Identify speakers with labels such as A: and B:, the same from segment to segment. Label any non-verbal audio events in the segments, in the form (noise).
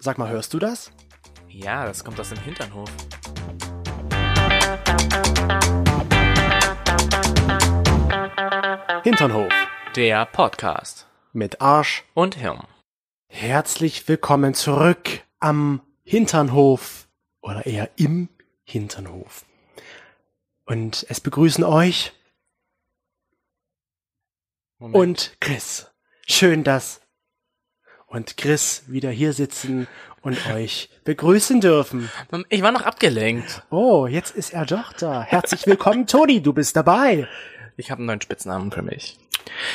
A: Sag mal, hörst du das?
B: Ja, das kommt aus dem Hinternhof.
A: Hinternhof
B: Der Podcast.
A: mit Arsch.
B: Und Hirn.
A: Herzlich willkommen zurück am Hinternhof oder eher im Hinternhof. Und es begrüßen euch
B: Moment.
A: und Chris. Schön, dass und Chris wieder hier sitzen und (laughs) euch begrüßen dürfen.
B: ich war noch abgelenkt.
A: Oh, jetzt ist er doch da. Herzlich willkommen, (laughs) Toni, du bist dabei.
B: Ich habe einen neuen Spitznamen für mich.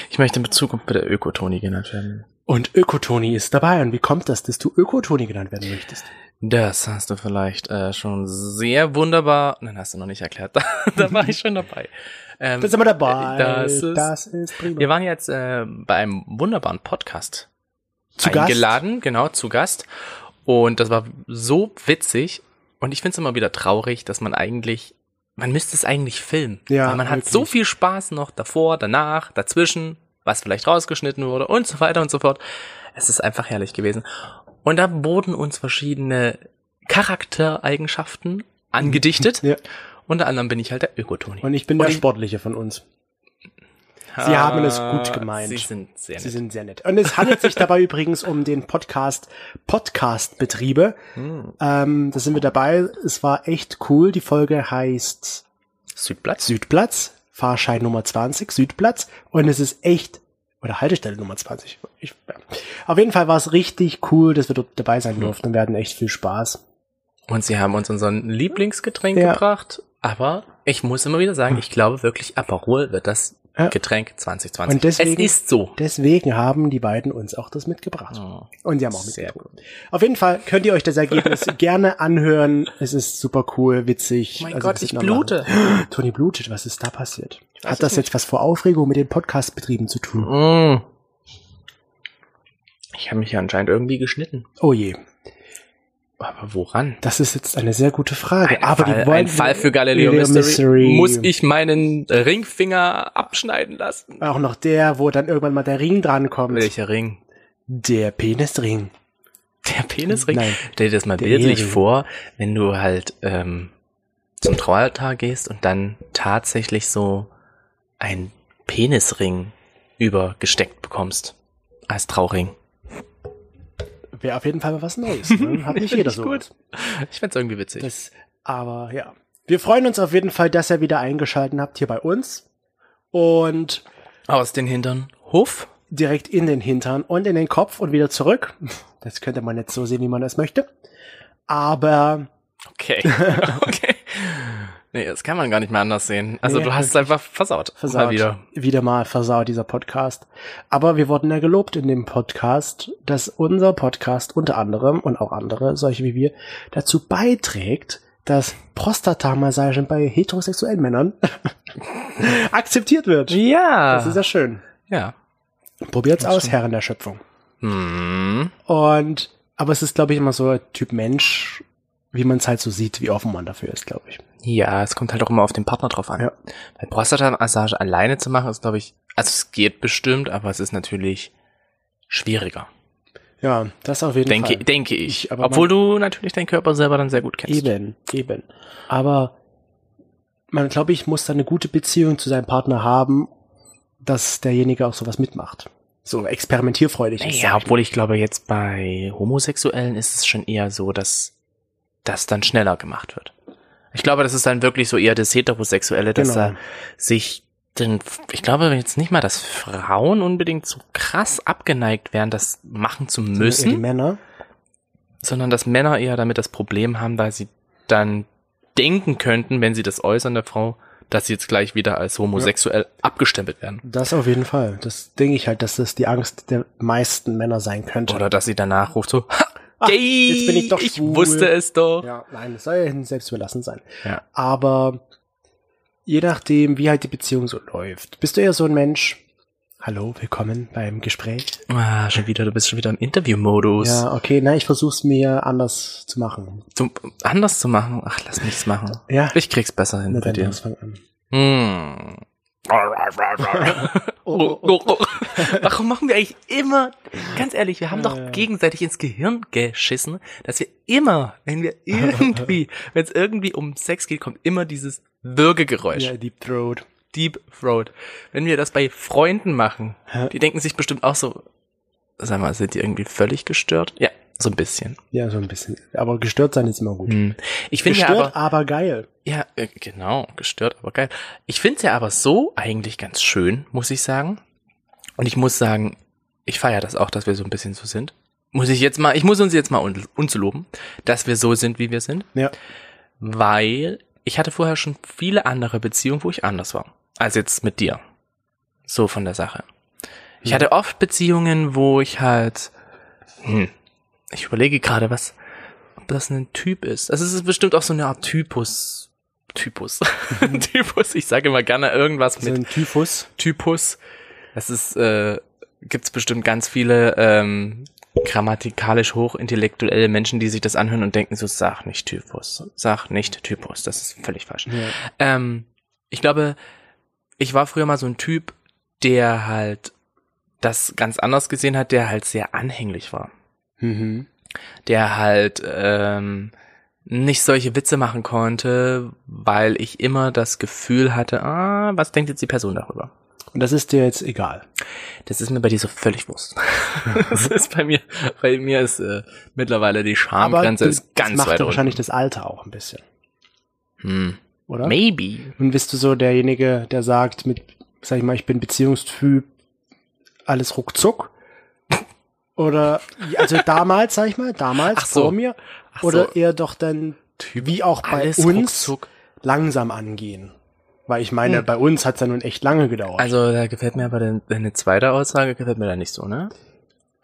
B: Ich möchte in Bezug auf der Ökotoni genannt werden.
A: Und Ökotoni ist dabei. Und wie kommt das, dass du Ökotoni genannt werden möchtest?
B: Das hast du vielleicht äh, schon sehr wunderbar. Nein, hast du noch nicht erklärt. (laughs) Da, da war ich schon (laughs) dabei. Ähm,
A: Bist immer dabei.
B: Das ist-
A: das ist prima.
B: wir waren jetzt äh, bei einem wunderbaren Podcast
A: Zu Gast?
B: eingeladen, genau, zu Gast. Und das war so witzig. Und ich finde es immer wieder traurig, dass man eigentlich, man müsste es eigentlich filmen.
A: Ja,
B: weil man hat
A: wirklich.
B: so viel Spaß noch davor, danach, dazwischen, was vielleicht rausgeschnitten wurde und so weiter und so fort. Es ist einfach herrlich gewesen. Und da wurden uns verschiedene Charaktereigenschaften angedichtet.
A: Ja.
B: Unter anderem bin ich halt der Ökotoni.
A: Und ich bin der Sportliche von uns. Sie haben es gut gemeint.
B: Ah, Sie sind sehr nett.
A: Sie sind sehr nett. Und es handelt sich
B: (laughs)
A: dabei übrigens um den Podcast Podcast-Betriebe.
B: Hm.
A: Ähm, da sind wir dabei. Es war echt cool. Die Folge heißt
B: Südplatz?
A: Südplatz, Fahrschein Nummer 20, Südplatz. Und es ist echt, oder Haltestelle Nummer 20. Ich, ja. Auf jeden Fall war es richtig cool, dass wir dort dabei
B: Hm.
A: sein durften. Wir hatten echt viel Spaß.
B: Und sie haben uns unseren Lieblingsgetränk
A: Ja.
B: gebracht. Aber ich muss immer wieder sagen, ich glaube wirklich, Aperol wird das
A: Ja.
B: Getränk 2020.
A: Und deswegen-
B: es ist so.
A: Deswegen haben die beiden uns auch das mitgebracht.
B: Oh,
A: Und sie haben auch
B: sehr
A: mitgetrunken. Auf jeden Fall könnt ihr euch das
B: (laughs)
A: Ergebnis gerne anhören. Es ist super cool, witzig.
B: Oh mein
A: Also,
B: Gott,
A: das ist
B: ich
A: normal.
B: blute.
A: (gasps) Toni blutet, was ist da passiert?
B: Weiß ich
A: Hat das jetzt was vor Aufregung mit den Podcastbetrieben zu tun?
B: Mm. Ich habe mich ja anscheinend irgendwie geschnitten.
A: Oh je,
B: Aber woran?
A: das ist jetzt eine sehr gute Frage.
B: Ein
A: Aber
B: Fall,
A: die wollen
B: ein Fall für Galileo, Mystery. Muss ich meinen Ringfinger abschneiden lassen?
A: auch noch der, wo dann irgendwann mal der Ring dran kommt.
B: Welcher Ring?
A: Der Penisring.
B: Der Penisring?
A: Nein.
B: Stell dir das mal
A: Der
B: bildlich
A: Ehering.
B: vor, wenn du halt ähm, zum Traualtar gehst und dann tatsächlich so einen Penisring übergesteckt bekommst. Als Trauring.
A: Wäre auf jeden Fall mal was
B: (laughs)
A: Neues. Ne? Hat nicht
B: Find
A: jeder
B: ich
A: so.
B: gut. Ich find's irgendwie witzig.
A: Das, aber ja. Wir freuen uns auf jeden Fall, dass ihr wieder eingeschalten habt hier bei uns. Und
B: Aus den Hintern. Hof.
A: direkt in den Hintern und in den Kopf und wieder zurück. Das könnte man jetzt so sehen, wie man das möchte. Aber
B: (laughs) Okay. okay. Nee, das kann man gar nicht mehr anders sehen. Also
A: Nee,
B: du hast es einfach versaut.
A: versaut.
B: Mal wieder.
A: wieder mal versaut dieser Podcast. Aber wir wurden ja gelobt in dem Podcast, dass unser Podcast unter anderem und auch andere, solche wie wir, dazu beiträgt, dass Prostatamassagen bei heterosexuellen Männern (laughs) akzeptiert wird.
B: Ja.
A: Das ist ja schön.
B: ja.
A: Probiert's aus, Herren der Schöpfung.
B: Hm.
A: Und, aber es ist, glaube ich, immer so Typ Mensch, wie man es halt so sieht, wie offen man dafür ist, glaube ich.
B: Ja, es kommt halt auch immer auf den Partner drauf an.
A: Ja.
B: Weil Prostata-Massage alleine zu machen ist, glaube ich, also es geht bestimmt, aber es ist natürlich schwieriger.
A: Ja, das auf jeden
B: Denke,
A: Fall.
B: denke ich.
A: Ich- aber
B: Obwohl du natürlich deinen Körper selber dann sehr gut kennst.
A: Eben, eben. Aber man, glaube ich, muss da eine gute Beziehung zu seinem Partner haben, dass derjenige auch sowas mitmacht. So experimentierfreudig ist.
B: Ja, obwohl ich glaube, jetzt bei Homosexuellen ist es schon eher so, dass das dann schneller gemacht wird. Ich glaube, das ist dann wirklich so eher das Heterosexuelle, dass
A: Genau.
B: da sich denn, ich glaube jetzt nicht mal, dass Frauen unbedingt so krass abgeneigt wären, das machen zu
A: Eher Die
B: müssen.
A: Männer.
B: sondern dass Männer eher damit das Problem haben, weil sie dann denken könnten, wenn sie das äußern der Frau, dass sie jetzt gleich wieder als homosexuell abgestempelt werden.
A: Das auf jeden Fall. Das denke ich halt, dass das die Angst der meisten Männer sein könnte.
B: Oder dass sie danach ruft so, ha,
A: Ah,
B: gay,
A: jetzt bin ich doch
B: ich
A: schwul."
B: wusste es doch.
A: Ja, nein, das soll ja ihnen selbst überlassen sein.
B: Ja.
A: Aber je nachdem, wie halt die Beziehung so läuft. Bist du eher so ein Mensch? Hallo, willkommen beim Gespräch.
B: Ah, schon wieder, du bist schon wieder im Interviewmodus.
A: Ja, okay, na, ich versuch's mir anders zu machen.
B: Du, anders zu machen, ach, lass mich's machen.
A: Ja,
B: Ich krieg's besser hin
A: na,
B: bei
A: dann
B: dir.
A: los, fang an.
B: Hm. (laughs) Warum machen wir eigentlich immer, ganz ehrlich, wir haben doch
A: Ja, ja.
B: gegenseitig ins Gehirn geschissen, dass wir immer, wenn wir
A: (laughs)
B: irgendwie, wenn es irgendwie um Sex geht, kommt immer dieses Würgegeräusch.
A: Ja, Deep Throat.
B: Deep Throat. Wenn wir das bei Freunden machen,
A: Ja.
B: die denken sich bestimmt auch so, sag mal, sind die irgendwie völlig gestört? Ja, so ein bisschen.
A: Ja, so ein bisschen. Aber gestört sein ist immer gut.
B: Hm. Ich finde ja aber,
A: Gestört, aber geil.
B: ja, äh, genau, gestört, aber geil. Ich finde es ja aber so eigentlich ganz schön, muss ich sagen. Und ich muss sagen, ich feiere das auch, dass wir so ein bisschen so sind. Muss ich jetzt mal, ich muss uns jetzt mal un, uns loben, dass wir so sind, wie wir sind,
A: Ja.
B: weil ich hatte vorher schon viele andere Beziehungen, wo ich anders war, als jetzt mit dir. So von der Sache. Ich
A: Ja.
B: hatte oft Beziehungen, wo ich halt, hm, ich überlege gerade, was, ob das ein Typ ist. Also es ist bestimmt auch so eine Art Typus,
A: (laughs)
B: Typus, (laughs) Typus. Ich sage immer gerne irgendwas
A: So
B: mit
A: ein Typhus.
B: Typus. Das ist, äh, gibt's bestimmt ganz viele ähm, grammatikalisch hochintellektuelle Menschen, die sich das anhören und denken so, sag nicht Typus, sag nicht Typus. Das ist völlig falsch.
A: Ja.
B: Ähm, ich glaube, ich war früher mal so ein Typ, der halt das ganz anders gesehen hat, der halt sehr anhänglich war.
A: Mhm.
B: Der halt ähm, nicht solche Witze machen konnte, weil ich immer das Gefühl hatte, ah, was denkt jetzt die Person darüber?
A: Und das ist dir jetzt egal.
B: Das ist mir bei dir so
A: (laughs)
B: völlig Wurst. das ist bei mir, bei mir ist äh, mittlerweile die Schamgrenze
A: du-
B: ist ganz
A: das macht
B: weit
A: dir wahrscheinlich
B: unten.
A: das Alter auch ein bisschen,
B: Hm.
A: oder?
B: Maybe.
A: Und bist du so derjenige, der sagt, mit, sag ich mal, ich bin Beziehungstyp, alles ruckzuck? Oder, also damals, sag ich mal, damals
B: Ach so.
A: vor mir?
B: Ach
A: Oder
B: so.
A: eher doch dann, wie auch bei
B: Alles
A: uns,
B: ruckzuck. Hm.
A: langsam angehen? Weil ich meine, bei uns hat's ja nun echt lange gedauert.
B: Also da gefällt mir aber dein- deine zweite Aussage gefällt mir da nicht so, ne?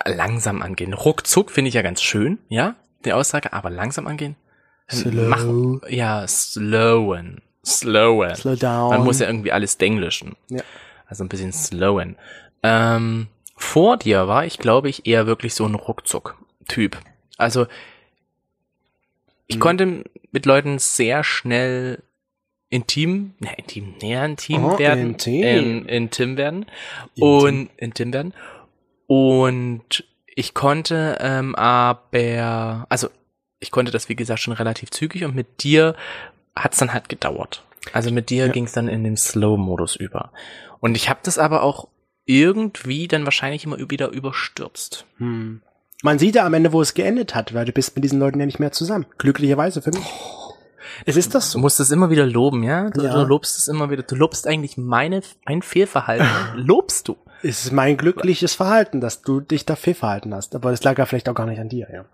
B: Langsam angehen. Ruckzuck finde ich ja ganz schön, ja? Die Aussage, aber langsam angehen.
A: Slow.
B: Machen- ja, slowen. Slowen.
A: Slow down.
B: Man muss ja irgendwie alles denglischen.
A: Ja.
B: Also ein bisschen slowen. Ähm, vor dir war ich, glaube ich, eher wirklich so ein Ruckzuck-Typ. Also ich
A: Mhm.
B: konnte mit Leuten sehr schnell intim, ne, intim, näher intim
A: Oh,
B: werden. Ähm,
A: intim.
B: In, intim werden.
A: Intim.
B: Und intim werden. Und ich konnte ähm, aber, also ich konnte das, wie gesagt, schon relativ zügig und mit dir hat's dann halt gedauert. Also mit dir
A: Ja.
B: ging's dann in den Slow-Modus über. Und ich habe das aber auch irgendwie dann wahrscheinlich immer wieder überstürzt.
A: Hm. Man sieht ja am Ende, wo es geendet hat, weil du bist mit diesen Leuten ja nicht mehr zusammen. Glücklicherweise für mich.
B: Oh.
A: Es ist das
B: Du
A: so.
B: musst es immer wieder loben, ja? Du,
A: Ja.
B: du lobst es immer wieder. Du lobst eigentlich meine, mein (laughs) Fehlverhalten. lobst du.
A: Es ist mein glückliches Verhalten, dass du dich da fehlverhalten hast. Aber das lag ja vielleicht auch gar nicht an dir, ja.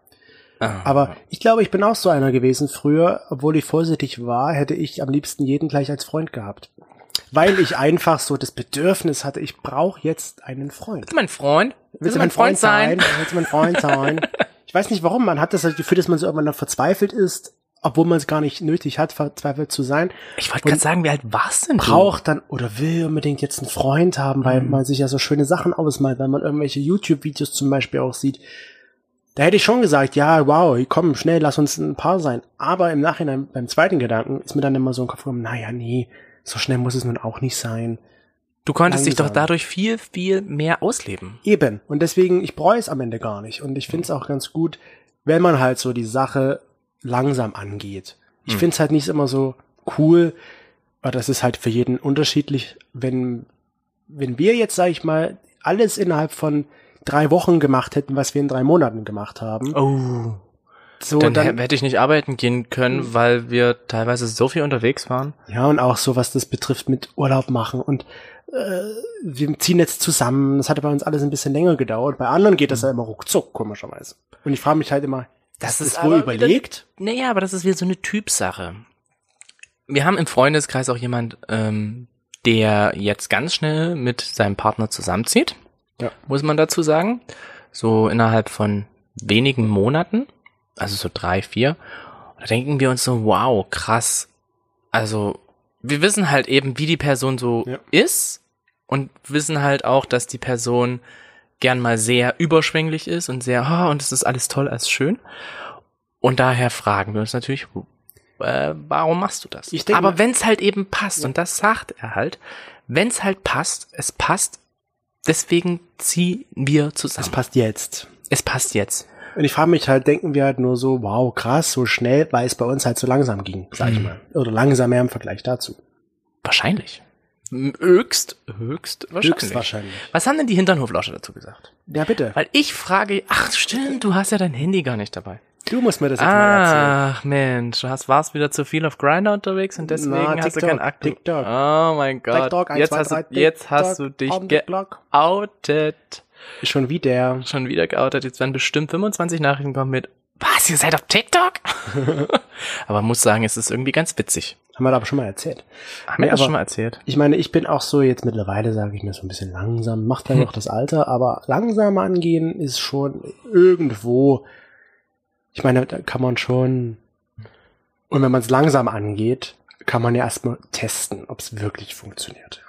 B: Ah.
A: Aber ich glaube, ich bin auch so einer gewesen früher, obwohl ich vorsichtig war, hätte ich am liebsten jeden gleich als Freund gehabt. Weil ich einfach so das Bedürfnis hatte, ich brauche jetzt einen Freund.
B: willst du mein Freund? Willst du mein Freund sein?
A: Willst du mein Freund sein?
B: (laughs)
A: Ich weiß nicht warum, man hat das Gefühl, dass man so irgendwann dann verzweifelt ist, obwohl man es gar nicht nötig hat, verzweifelt zu sein.
B: Ich wollte gerade sagen, wie alt warst denn du?
A: braucht dann oder will unbedingt jetzt einen Freund haben, weil
B: Mhm.
A: man sich ja so schöne Sachen ausmalt, wenn man irgendwelche YouTube-Videos zum Beispiel auch sieht. Da hätte ich schon gesagt, ja, wow, komm, schnell, lass uns ein Paar sein. Aber im Nachhinein, beim zweiten Gedanken, ist mir dann immer so ein Kopf gekommen, naja, nee, so schnell muss es nun auch nicht sein.
B: Du konntest dich doch
A: langsam.
B: dadurch viel, viel mehr ausleben.
A: Eben. Und deswegen, ich bereue es am Ende gar nicht. Und ich finde
B: Mhm.
A: es auch ganz gut, wenn man halt so die Sache langsam angeht. Ich
B: Hm.
A: finde es halt nicht immer so cool, aber das ist halt für jeden unterschiedlich, wenn, wenn wir jetzt, sag ich mal, alles innerhalb von drei Wochen gemacht hätten, was wir in drei Monaten gemacht haben.
B: Oh.
A: so,
B: dann,
A: dann,
B: hä- hätte ich nicht arbeiten gehen können, weil wir teilweise so viel unterwegs waren.
A: ja, und auch so, was das betrifft mit Urlaub machen und äh, wir ziehen jetzt zusammen. Das hatte bei uns alles ein bisschen länger gedauert. Bei anderen geht das
B: Mhm.
A: ja immer ruckzuck, komischerweise. Und ich frage mich halt immer,
B: Das
A: ist wohl überlegt.
B: Naja, aber das ist wieder so eine Typsache. Wir haben im Freundeskreis auch jemand, ähm, der jetzt ganz schnell mit seinem Partner zusammenzieht,
A: Ja.
B: muss man dazu sagen. So innerhalb von wenigen Monaten, also so drei, vier. Da denken wir uns so, wow, krass. Also wir wissen halt eben, wie die Person so
A: Ja.
B: ist und wissen halt auch, dass die Person gern mal sehr überschwänglich ist und sehr, ah, und es ist alles toll, alles schön. Und daher fragen wir uns natürlich, äh, warum machst du das?
A: Ich denke
B: Aber
A: mal-
B: wenn es halt eben passt, und das sagt er halt, Wenn's halt passt, es passt. Deswegen ziehen wir
A: Das
B: zusammen.
A: passt jetzt.
B: Es passt jetzt.
A: Und ich frage mich halt, denken wir halt nur so, wow, krass, so schnell, weil es bei uns halt so langsam ging, sag ich
B: Hm.
A: mal. Oder langsamer im Vergleich dazu.
B: Wahrscheinlich. M- Höchst, höchst wahrscheinlich.
A: Höchstwahrscheinlich.
B: Was haben denn die Hinternhoflauscher dazu gesagt?
A: Ja, bitte.
B: Weil ich frage, ach stimmt, du hast ja dein Handy gar nicht dabei.
A: Du musst mir das
B: Ah.
A: jetzt mal erzählen.
B: Ach Mensch, du hast, warst wieder zu viel auf Grinder unterwegs und deswegen
A: Na,
B: hast du
A: TikTok,
B: kein Akku.
A: TikTok.
B: Oh mein Gott.
A: TikTok, eins,
B: jetzt
A: zwei,
B: hast,
A: drei,
B: du, jetzt hast du
A: TikTok,
B: dich
A: on the block.
B: geoutet.
A: Schon wieder.
B: Schon wieder geoutet. Jetzt werden bestimmt 25 Nachrichten kommen mit Was, ihr seid auf TikTok? (laughs) aber muss sagen, es ist irgendwie ganz witzig.
A: Haben wir da aber schon mal erzählt.
B: Haben wir
A: Nee,
B: das
A: aber-
B: schon mal erzählt?
A: Ich meine, ich bin auch so jetzt mittlerweile, sage ich mir so ein bisschen langsam, macht
B: (laughs)
A: ja noch das Alter, aber langsam angehen ist schon irgendwo. Ich meine, da kann man schon. Und wenn man es langsam angeht, kann man ja erstmal testen, ob es wirklich funktioniert.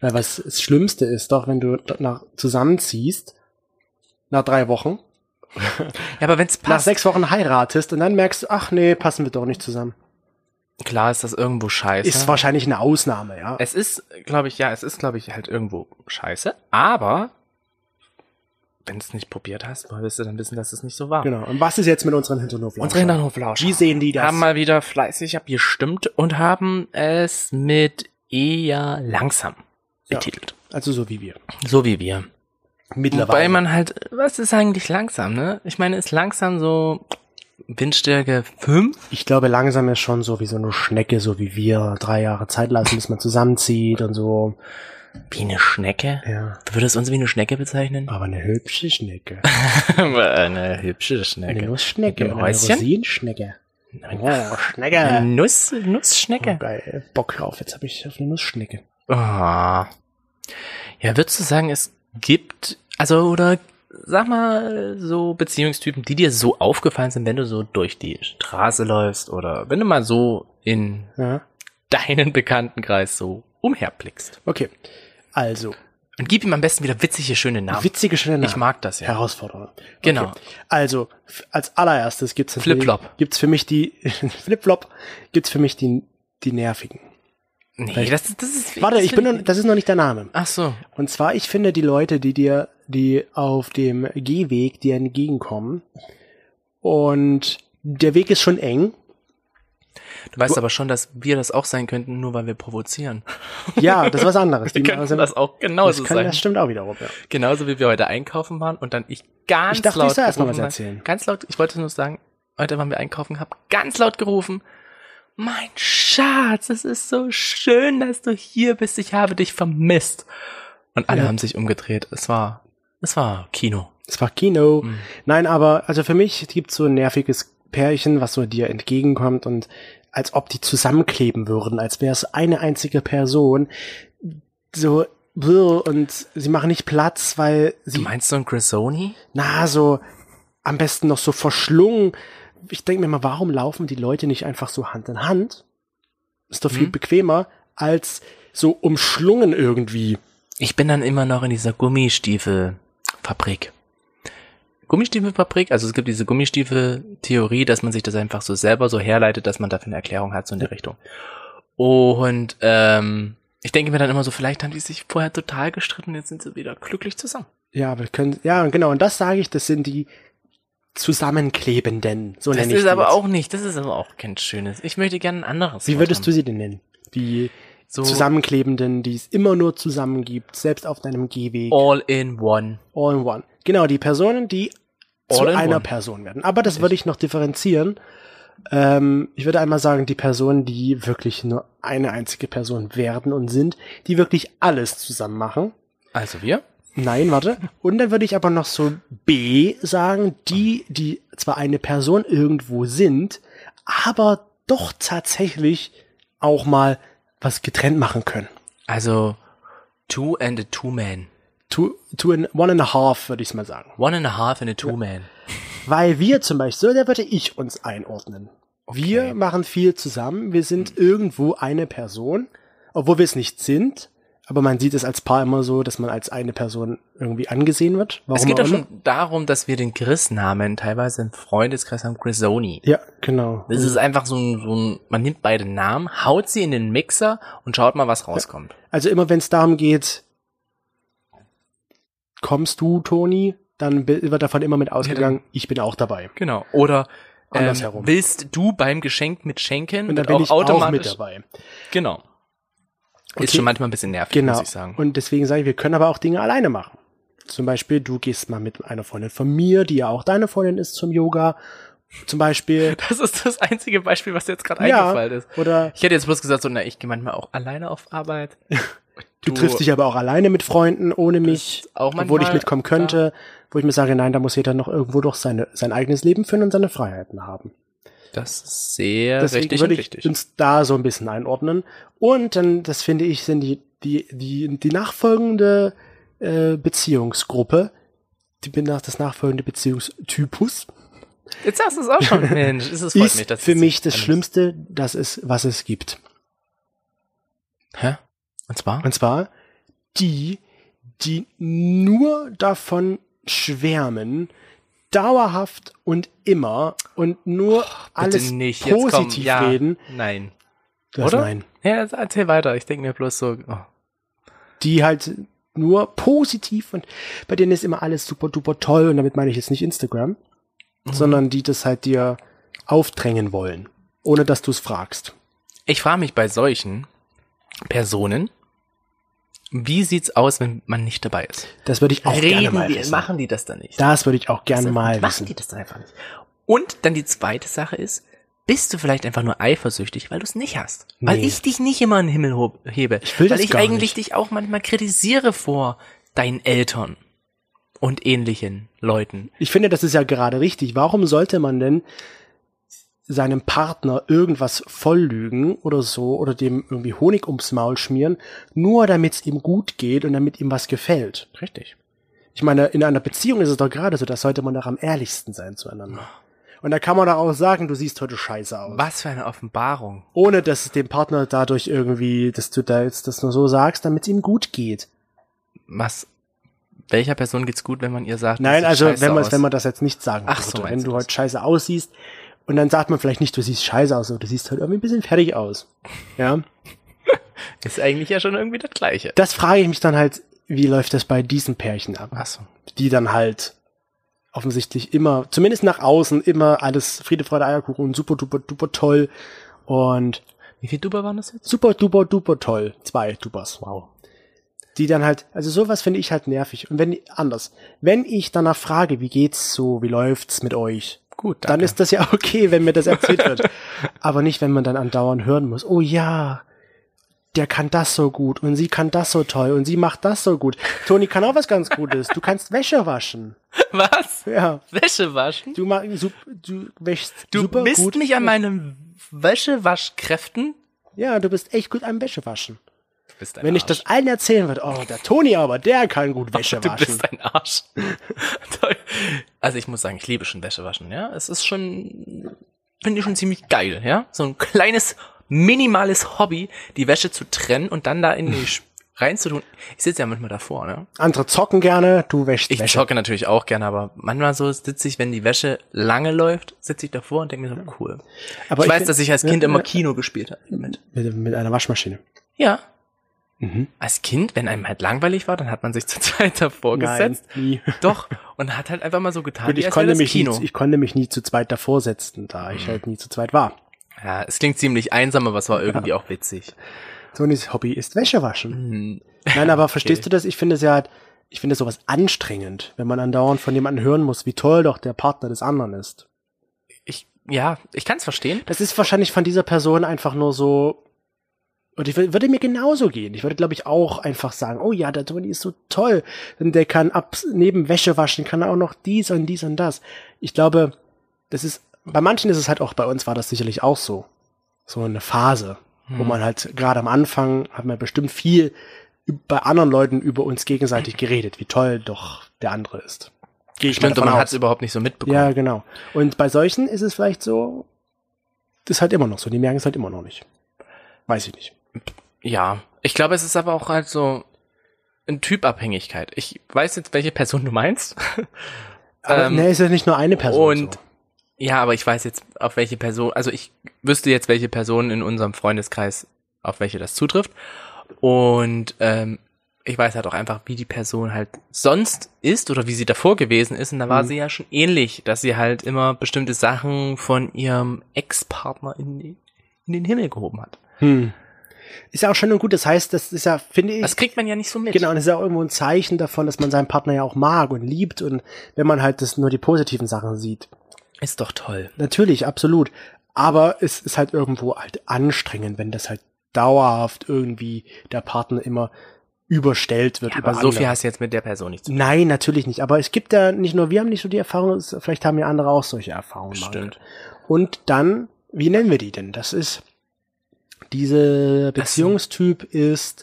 A: Weil was das Schlimmste ist doch, wenn du nach, zusammenziehst, nach drei Wochen,
B: Ja, aber wenn es
A: nach
B: passt,
A: sechs Wochen heiratest und dann merkst du, ach nee, passen wir doch nicht zusammen.
B: klar ist das irgendwo scheiße.
A: Ist wahrscheinlich eine Ausnahme, ja.
B: Es ist, glaube ich, ja, es ist, glaube ich, halt irgendwo scheiße, aber wenn du es nicht probiert hast, woher willst du dann wissen, dass es nicht so war.
A: Genau. Und was ist jetzt mit unseren Hinterhoflauschern?
B: Unsere Hinternhoflauscher
A: Wie sehen die das?
B: haben mal wieder fleißig abgestimmt und haben es mit eher langsam
A: Ja.
B: betitelt.
A: Also so wie wir.
B: So wie wir. Wobei man halt, was ist eigentlich langsam, ne? Ich meine, ist langsam so Windstärke 5?
A: ich glaube, langsam ist schon so wie so eine Schnecke, so wie wir. Drei Jahre Zeit lassen, bis man zusammenzieht und so.
B: Wie eine Schnecke?
A: Ja.
B: Würde es uns wie eine Schnecke bezeichnen? (laughs)
A: Aber eine hübsche Schnecke.
B: eine hübsche
A: Eine
B: Schnecke.
A: Nussschnecke.
B: Mit einem
A: Eine
B: Häuschen?
A: Rosinenschnecke. Oh, Schnecke.
B: Nuss,
A: Oh,
B: Nussschnecke.
A: geil. Bock drauf. Jetzt habe ich auf eine Nussschnecke.
B: Ah. Ja, würdest du sagen, es gibt, also, oder sag mal, so Beziehungstypen, die dir so aufgefallen sind, wenn du so durch die Straße läufst oder wenn du mal so in
A: Ja.
B: deinen Bekanntenkreis so umherblickst.
A: Okay. Also,
B: Und gib ihm am besten wieder witzige, schöne Namen.
A: witzige Schnelle.
B: Ich mag das ja.
A: Herausforderung.
B: Genau.
A: Also, f- als allererstes gibt's natürlich-
B: Flip-Flop.
A: Gibt's für mich die, (laughs) Flip-Flop, gibt's für mich die, die nervigen.
B: Nee, das, das ist.
A: Warte,
B: das
A: ich bin,
B: find
A: noch, das ist noch nicht der Name.
B: Ach so.
A: Und zwar, ich finde die Leute, die dir, die auf dem Gehweg dir entgegenkommen und der Weg ist schon eng.
B: Du weißt aber schon, dass wir das auch sein könnten, nur weil
A: (laughs)
B: wir provozieren.
A: Ja, das ist was
B: (laughs)
A: anderes. Die
B: Wir
A: machen
B: könnten das auch
A: das,
B: genauso
A: kann,
B: sein.
A: das stimmt auch wiederum. Ja.
B: Genauso wie wir heute einkaufen waren und dann ich ganz
A: Ich dachte,
B: laut
A: ich soll erst mal
B: gerufen
A: was
B: habe.
A: erzählen.
B: Ganz laut, ich wollte nur sagen, heute waren wir einkaufen, hab ganz laut gerufen. Mein Schatz, es ist so schön, dass du hier bist. Ich habe dich vermisst. Und alle
A: Ja.
B: haben sich umgedreht. Es war, es war Kino.
A: Das war Kino.
B: Mhm.
A: Nein, aber also für mich gibt so ein nerviges Pärchen, was so dir entgegenkommt und als ob die zusammenkleben würden, als wäre es eine einzige Person. So brr, und sie machen nicht Platz, weil
B: Du
A: sie
B: meinst so ein Grisoni?
A: na, so am besten noch so verschlungen. Ich denke mir mal, warum laufen die Leute nicht einfach so Hand in Hand? Ist doch viel
B: Mhm.
A: bequemer als so umschlungen irgendwie.
B: Ich bin dann immer noch in dieser Gummistiefelfabrik. Gummistiefelfabrik, also es gibt diese Gummistiefel-Theorie, dass man sich das einfach so selber so herleitet, dass man dafür eine Erklärung hat, so in der Richtung. Und ähm, ich denke mir dann immer so, vielleicht haben die sich vorher total gestritten, jetzt sind sie wieder glücklich zusammen.
A: Ja, wir können, ja, und genau, und das sage ich, das sind die Zusammenklebenden. So
B: Das
A: nenne ich
B: ist
A: die
B: aber
A: jetzt.
B: auch nicht, das ist aber auch kein schönes. Ich möchte gerne ein anderes.
A: Wie
B: Wort
A: würdest du
B: haben.
A: sie denn nennen? Die
B: so
A: Zusammenklebenden, die es immer nur zusammen gibt, selbst auf deinem Gehweg. All,
B: all in one?
A: in one. Genau, die Personen, die
B: All
A: zu
B: in
A: einer
B: one.
A: Person werden. Aber das würde ich noch differenzieren. Ähm, ich würde einmal sagen, die Personen, die wirklich nur eine einzige Person werden und sind, die wirklich alles zusammen machen.
B: Also wir?
A: Nein,
B: (laughs)
A: warte. Und dann würde ich aber noch so B sagen, die, die zwar eine Person irgendwo sind, aber doch tatsächlich auch mal was getrennt machen können.
B: Also two and a two man.
A: Two, two and, one and a half, würde ich mal sagen.
B: One and a half and a two man.
A: Weil wir zum Beispiel, so da würde ich uns einordnen. Wir machen viel zusammen, wir sind irgendwo eine Person, obwohl wir es nicht sind, aber man sieht es als Paar immer so, dass man als eine Person irgendwie angesehen wird. Warum
B: es geht
A: auch
B: doch
A: immer.
B: schon darum, dass wir den Chris-Namen teilweise im Freundeskreis haben, Chrisoni.
A: Ja, genau.
B: Das ist einfach so ein, so ein, man nimmt beide Namen, haut sie in den Mixer und schaut mal, was rauskommt.
A: Also immer wenn es darum geht, kommst du, Toni, dann bi- wird davon immer mit ausgegangen, ich bin auch dabei.
B: Genau. Oder ähm,
A: Andersherum.
B: willst du beim Geschenk mitschenken?
A: Und dann
B: Wird
A: bin ich auch mit dabei.
B: Genau. Ist
A: Okay.
B: schon manchmal ein bisschen nervig,
A: Genau.
B: muss ich sagen.
A: Und deswegen sage ich, wir können aber auch Dinge alleine machen. Zum Beispiel, du gehst mal mit einer Freundin von mir, die ja auch deine Freundin ist, zum Yoga. Zum
B: (laughs)
A: Beispiel.
B: das ist das einzige Beispiel, was dir jetzt gerade
A: Ja.
B: eingefallen ist.
A: Oder
B: Ich hätte jetzt bloß gesagt, so, na, ich gehe manchmal auch alleine auf Arbeit.
A: du, triffst dich aber auch alleine mit Freunden, ohne mich,
B: auch
A: obwohl ich
B: Äh, manchmal
A: mitkommen könnte. Wo ich mir sage, nein, da muss jeder noch irgendwo doch seine, sein eigenes Leben führen und seine Freiheiten haben.
B: Das ist sehr
A: Deswegen
B: richtig und
A: würde ich
B: richtig.
A: uns da so ein bisschen einordnen. Und dann, das finde ich, sind die, die, die, die nachfolgende äh, Beziehungsgruppe, die bin nach das nachfolgende Beziehungstypus,
B: Jetzt sagst du es auch
A: (laughs)
B: schon, Mensch. Es ist- freut
A: ist
B: mich, dass
A: für
B: es-
A: mich das
B: ähm,
A: Schlimmste, das ist, was es gibt.
B: Hä? Und zwar?
A: Und zwar die, die nur davon schwärmen, dauerhaft und immer und nur alles
B: nicht. Jetzt komm.
A: positiv
B: Ja.
A: reden.
B: Nein.
A: Das
B: Oder?
A: nein.
B: Ja, jetzt erzähl weiter. Ich denke mir bloß so, oh,
A: die halt nur positiv und bei denen ist immer alles super duper toll und damit meine ich jetzt nicht Instagram, sondern die das halt dir aufdrängen wollen, ohne dass du es fragst.
B: Ich frage mich bei solchen Personen, wie sieht's aus, wenn man nicht dabei ist?
A: Das würde ich auch gerne mal
B: die,
A: wissen.
B: machen Also, die das dann nicht?
A: Das würde ich auch gerne mal
B: machen
A: wissen.
B: die das dann einfach nicht? Und dann die zweite Sache ist, bist du vielleicht einfach nur eifersüchtig, weil du es nicht hast? Weil
A: Nee.
B: ich dich nicht immer in den Himmel hob- hebe. Ich
A: will
B: weil
A: das
B: ich
A: gar
B: eigentlich
A: nicht.
B: dich auch manchmal kritisiere vor deinen Eltern und ähnlichen Leuten.
A: Ich finde, das ist ja gerade richtig. Warum sollte man denn seinem Partner irgendwas volllügen oder so oder dem irgendwie Honig ums Maul schmieren, nur damit es ihm gut geht und damit ihm was gefällt?
B: Richtig.
A: Ich meine, in einer Beziehung ist es doch gerade so, da sollte man doch am ehrlichsten sein zueinander. Und da kann man doch auch sagen, du siehst heute scheiße aus.
B: Was für eine Offenbarung.
A: Ohne dass es dem Partner dadurch irgendwie, dass du da jetzt das nur so sagst, damit es ihm gut geht.
B: Was? Welcher Person geht's gut, wenn man ihr sagt,
A: Nein,
B: das
A: also
B: sieht scheiße
A: wenn man,
B: aus?
A: wenn man das jetzt nicht sagen
B: Ach
A: würde,
B: so,
A: wenn
B: meinst
A: du
B: du
A: heute scheiße aussiehst, und dann sagt man vielleicht nicht, du siehst scheiße aus, aber du siehst heute irgendwie ein bisschen fertig
B: (laughs)
A: aus. Ja.
B: Ist eigentlich ja schon irgendwie das Gleiche.
A: Das frage ich mich dann halt, wie läuft das bei diesen Pärchen ab?
B: Achso.
A: die dann halt offensichtlich immer, zumindest nach außen, immer alles Friede, Freude, Eierkuchen und super duper duper toll und
B: Wie viel Duber waren
A: (laughs)
B: das jetzt?
A: super duper duper toll. Zwei Dupers, wow. Die dann halt, also sowas finde ich halt nervig. Und wenn, anders, wenn ich danach frage, wie geht's so, wie läuft's mit euch,
B: Gut,
A: dann ist das ja (laughs) okay, wenn mir das erzählt wird. Aber nicht, wenn man dann andauernd hören muss, oh ja, der kann das so gut und sie kann das so toll und sie macht das so gut. Toni kann auch was ganz Gutes. Du kannst Wäsche waschen.
B: was?
A: Ja.
B: Wäsche waschen?
A: Du, mach, sup, du wäschst
B: Du
A: super
B: misst
A: gut.
B: mich an meinen Wäschewaschkräften?
A: ja, du bist echt gut am Wäschewaschen.
B: Du bist ein
A: Wenn
B: Arsch.
A: ich das allen erzählen würde, oh, der Toni aber, der kann gut Wäsche
B: (laughs) Du
A: waschen.
B: bist ein Arsch. (laughs) Toll. also ich muss sagen, ich liebe schon Wäschewaschen, ja. Es ist schon, finde ich schon ziemlich geil, ja. So ein kleines, minimales Hobby, die Wäsche zu trennen und dann da in
A: (laughs)
B: die Sch- reinzutun. Ich sitze ja manchmal davor, ne?
A: Andere zocken gerne, du wäschst
B: Ich
A: Wäsche.
B: zocke natürlich auch gerne, aber manchmal so sitze ich, wenn die Wäsche lange läuft, sitze ich davor und denke mir so, cool.
A: Aber
B: ich, weiß,
A: bin-
B: dass ich als Kind
A: äh,
B: immer
A: äh,
B: Kino gespielt habe. Mit.
A: Mit, mit einer Waschmaschine.
B: Ja.
A: Mhm.
B: Als Kind, wenn einem halt langweilig war, dann hat man sich (laughs) zu zweit davor
A: Nein,
B: gesetzt.
A: nie.
B: Doch. Und hat halt einfach mal so getan,
A: Und
B: wie
A: ich
B: als wäre
A: konnte,
B: das
A: mich nie,
B: Kino. Hm.
A: zu- ich konnte mich nie zu zweit davor setzen, da ich halt nie zu zweit war.
B: ja, es klingt ziemlich einsam, aber es war irgendwie auch witzig.
A: Tonis Hobby ist Wäsche waschen.
B: Hm.
A: Nein,
B: (laughs)
A: aber verstehst du das? Ich finde es ja halt, ich finde sowas anstrengend, wenn man andauernd von jemandem hören muss, wie toll doch der Partner des anderen ist.
B: Ich, ja, ich kann es verstehen.
A: Das ist wahrscheinlich von dieser Person einfach nur so. Und ich wür- würde mir genauso gehen. Ich würde, glaube ich, auch einfach sagen, oh ja, der Toni ist so toll. Denn der kann ab, neben Wäsche waschen, kann er auch noch dies und dies und das. Ich glaube, das ist, bei manchen ist es halt auch, bei uns war das sicherlich auch so. So eine Phase, wo man halt gerade am Anfang hat man bestimmt viel bei anderen Leuten über uns (clears throat) gegenseitig geredet, wie toll doch der andere ist. Gehe ich mal
B: Stimmt, und
A: davon
B: man hat
A: aus.
B: es überhaupt nicht so mitbekommen.
A: Ja, genau. Und bei solchen ist es vielleicht so, ist halt immer noch so. Die merken es halt immer noch nicht. Weiß ich nicht.
B: Ja, ich glaube, es ist aber auch halt so eine Typabhängigkeit. Ich weiß jetzt, welche Person du meinst.
A: Aber
B: Ähm,
A: nee, ist ja nicht nur eine Person.
B: und
A: so.
B: Ja, aber ich weiß jetzt, auf welche Person, also ich wüsste jetzt, welche Personen in unserem Freundeskreis, auf welche das zutrifft. Und ähm, ich weiß halt auch einfach, wie die Person halt sonst ist oder wie sie davor gewesen ist. Und da war
A: Mhm.
B: sie ja schon ähnlich, dass sie halt immer bestimmte Sachen von ihrem Ex-Partner in, die- in den Himmel gehoben hat.
A: Hm. Ist ja auch schön und gut. Das heißt, das ist ja, finde ich,
B: Das kriegt man ja nicht so mit.
A: Genau, und das ist ja auch irgendwo ein Zeichen davon, dass man seinen Partner ja auch mag und liebt und wenn man halt das nur die positiven Sachen sieht.
B: Ist doch toll.
A: Natürlich, absolut. Aber es ist halt irgendwo halt anstrengend, wenn das halt dauerhaft irgendwie der Partner immer überstellt wird. über
B: Aber so viel
A: andere.
B: hast du jetzt mit der Person nicht zu tun.
A: Nein, natürlich nicht. Aber es gibt da nicht nur, wir haben nicht so die Erfahrung, es- vielleicht haben ja andere auch solche Erfahrungen. gemacht.
B: Stimmt.
A: Und dann, wie nennen wir die denn? Das ist, diese Beziehungstyp ist,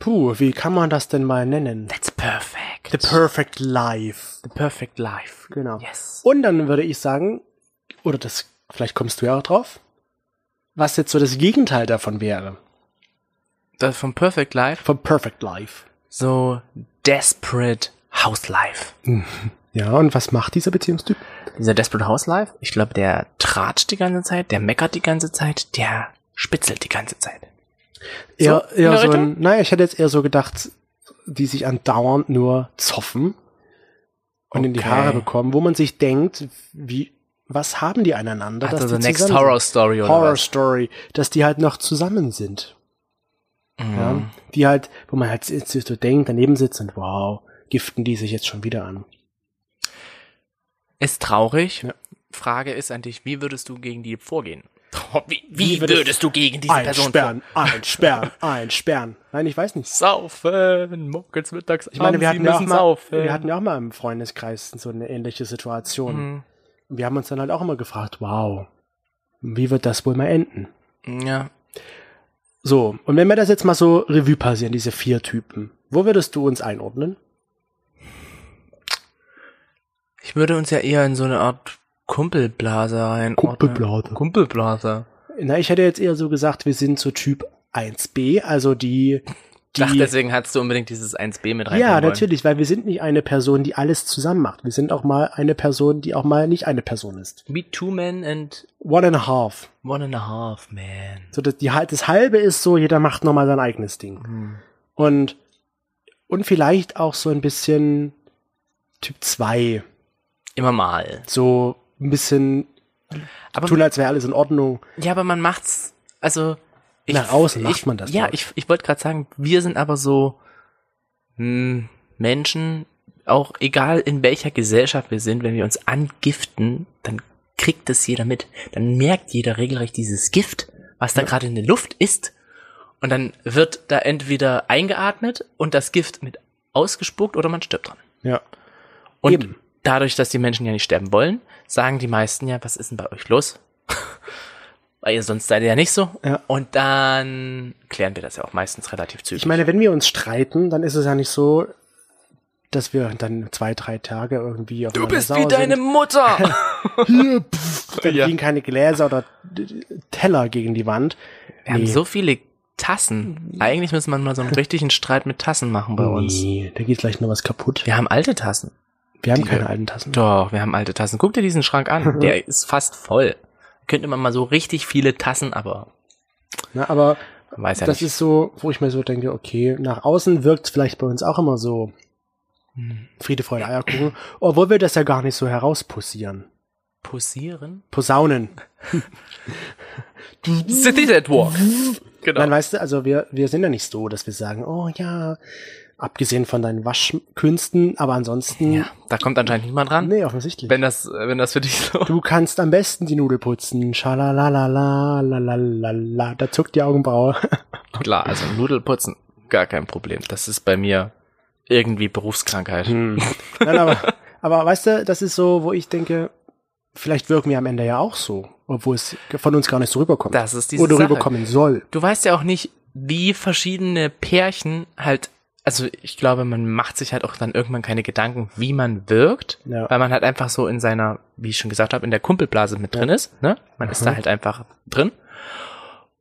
A: puh, wie kann man das denn mal nennen?
B: That's perfect.
A: The Perfect Life.
B: The perfect life.
A: Genau.
B: Yes.
A: Und dann würde ich sagen, oder das, vielleicht kommst du ja auch drauf, was jetzt so das Gegenteil davon wäre.
B: Das äh, vom perfect life
A: Vom Perfect Life.
B: so Desperate House Life.
A: Ja, und was macht dieser Beziehungstyp?
B: Dieser Desperate House Life, ich glaube, der tratscht die ganze Zeit, der meckert die ganze Zeit, der spitzelt die ganze Zeit.
A: Eher,
B: in
A: eher
B: der
A: so ein, naja, ich hätte jetzt eher so gedacht, die sich andauernd nur zoffen und in die
B: Okay.
A: Haare bekommen, wo man sich denkt, wie, was haben die aneinander?
B: Also
A: dass
B: the
A: die
B: next
A: zusammen
B: horror
A: sind?
B: story oder
A: Horror
B: was?
A: Story, dass die halt noch zusammen sind. Ja,
B: Mhm.
A: die halt, wo man halt jetzt so denkt, daneben sitzt und wow, giften die sich jetzt schon wieder an.
B: Ist traurig.
A: Ja.
B: Frage ist an dich, wie würdest du gegen die vorgehen? Wie,
A: Wie
B: wie
A: würdest-
B: würdest, du gegen diese Person vorgehen?
A: einsperren, einsperren. Nein, ich weiß nicht.
B: Saufen, morgens, mittags,
A: Ich meine, wir hatten,
B: abends,
A: ja
B: sie
A: auch
B: müssen
A: mal,
B: saufen.
A: wir hatten ja auch mal im Freundeskreis so eine ähnliche Situation.
B: Mhm.
A: Und Wir haben uns dann halt auch immer gefragt, wow, wie wird das wohl mal enden?
B: ja,
A: So, und wenn wir das jetzt mal so Revue passieren, diese vier Typen, wo würdest du uns einordnen?
B: Ich würde uns ja eher in so eine Art Kumpelblase einordnen.
A: Kumpelblase.
B: Kumpelblase.
A: Na, ich hätte jetzt eher so gesagt, wir sind so Typ 1b, also die, die
B: Ach, deswegen hast du unbedingt dieses 1b mit rein.
A: Ja, natürlich, weil wir sind nicht eine Person, die alles zusammen macht. Wir sind auch mal eine Person, die auch mal nicht eine Person ist.
B: Wie two men and
A: One and a half.
B: one and a half man.
A: So das, die, hal- das halbe ist so, jeder macht nochmal sein eigenes Ding.
B: Hm.
A: Und, und vielleicht auch so ein bisschen Typ 2.
B: Immer mal.
A: So ein bisschen
B: Aber,
A: tun, als wäre alles in Ordnung.
B: ja, aber man macht's, also.
A: Nach außen
B: ich,
A: macht man das,
B: Ja,
A: glaub
B: ich, ich wollte gerade sagen, wir sind aber so hm, Menschen, auch egal in welcher Gesellschaft wir sind, wenn wir uns angiften, dann kriegt es jeder mit. Dann merkt jeder regelrecht dieses Gift, was da gerade in der Luft ist. Und dann wird da entweder eingeatmet und das Gift mit ausgespuckt oder man stirbt dran.
A: Ja.
B: Und
A: Eben.
B: dadurch, dass die Menschen ja nicht sterben wollen, sagen die meisten ja, was ist denn bei euch los? (laughs) Weil ihr sonst seid ihr ja nicht so.
A: Ja.
B: Und dann klären wir das ja auch meistens relativ zügig.
A: Ich meine, wenn wir uns streiten, dann ist es ja nicht so, dass wir dann zwei, drei Tage irgendwie auf
B: du bist wie
A: (laughs)
B: deine Mutter.
A: Dann
B: Ja.
A: fliegen keine Gläser oder Teller gegen die Wand.
B: wir haben
A: Nee.
B: so viele Tassen. Eigentlich müsste man mal
A: (laughs)
B: so einen richtigen Streit mit Tassen machen bei uns.
A: Nee, da geht gleich noch was kaputt.
B: Wir haben alte Tassen.
A: Wir haben
B: Die-
A: keine alten Tassen.
B: Doch, wir haben alte Tassen. Guck dir diesen Schrank an.
A: (laughs)
B: Der ist fast voll. Könnte man mal so richtig viele Tassen, aber
A: Na, aber
B: man weiß ja
A: das
B: nicht.
A: ist so, wo ich mir so denke, okay, nach außen wirkt es vielleicht bei uns auch immer so
B: Hm.
A: Friede, Freude, Eierkuchen, obwohl wir das ja gar nicht so herausposieren.
B: Posieren?
A: Posaunen.
B: City
A: (laughs)
B: at Walk. Genau.
A: Nein, weißt du, also wir, wir sind ja nicht so, dass wir sagen, oh ja, abgesehen von deinen Waschkünsten, aber ansonsten,
B: Ja, da kommt anscheinend niemand ran.
A: nee, offensichtlich.
B: Wenn das, äh, wenn das für dich so. (laughs)
A: Du kannst am besten die Nudel putzen. Schalalalala, lalalala. Da zuckt die Augenbraue.
B: Klar, also Nudelputzen, gar kein Problem. Das ist bei mir irgendwie Berufskrankheit.
A: Hm. (laughs) Nein, aber, aber weißt du, das ist so, wo ich denke, vielleicht wirken wir am Ende ja auch so, obwohl es von uns gar nicht so rüberkommt.
B: Das ist diese
A: Oder
B: Sache.
A: rüberkommen soll.
B: (laughs) Du weißt ja auch nicht, wie verschiedene Pärchen halt, also ich glaube, man macht sich halt auch dann irgendwann keine Gedanken, wie man wirkt,
A: Ja.
B: weil man halt einfach so in seiner, wie ich schon gesagt habe, in der Kumpelblase mit halt drin ist, ne? Man ist
A: Mhm.
B: da halt einfach drin.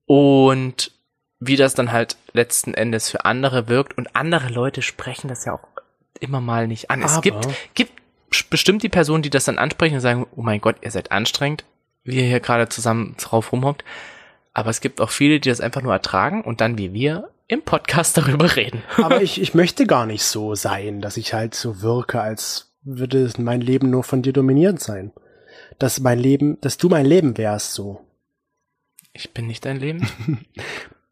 B: Und wie das dann halt letzten Endes für andere wirkt. Und andere Leute sprechen das ja auch immer mal nicht an. es
A: Aber-
B: gibt, gibt bestimmt die Personen, die das dann ansprechen und sagen, oh mein Gott, ihr seid anstrengend, wie ihr hier gerade zusammen drauf rumhockt. Aber es gibt auch viele, die das einfach nur ertragen und dann wie wir im Podcast (laughs) darüber reden.
A: Aber ich, ich möchte gar nicht so sein, dass ich halt so wirke, als würde es mein Leben nur von dir dominiert sein. Dass mein Leben, dass du mein Leben wärst, so.
B: Ich bin nicht dein Leben.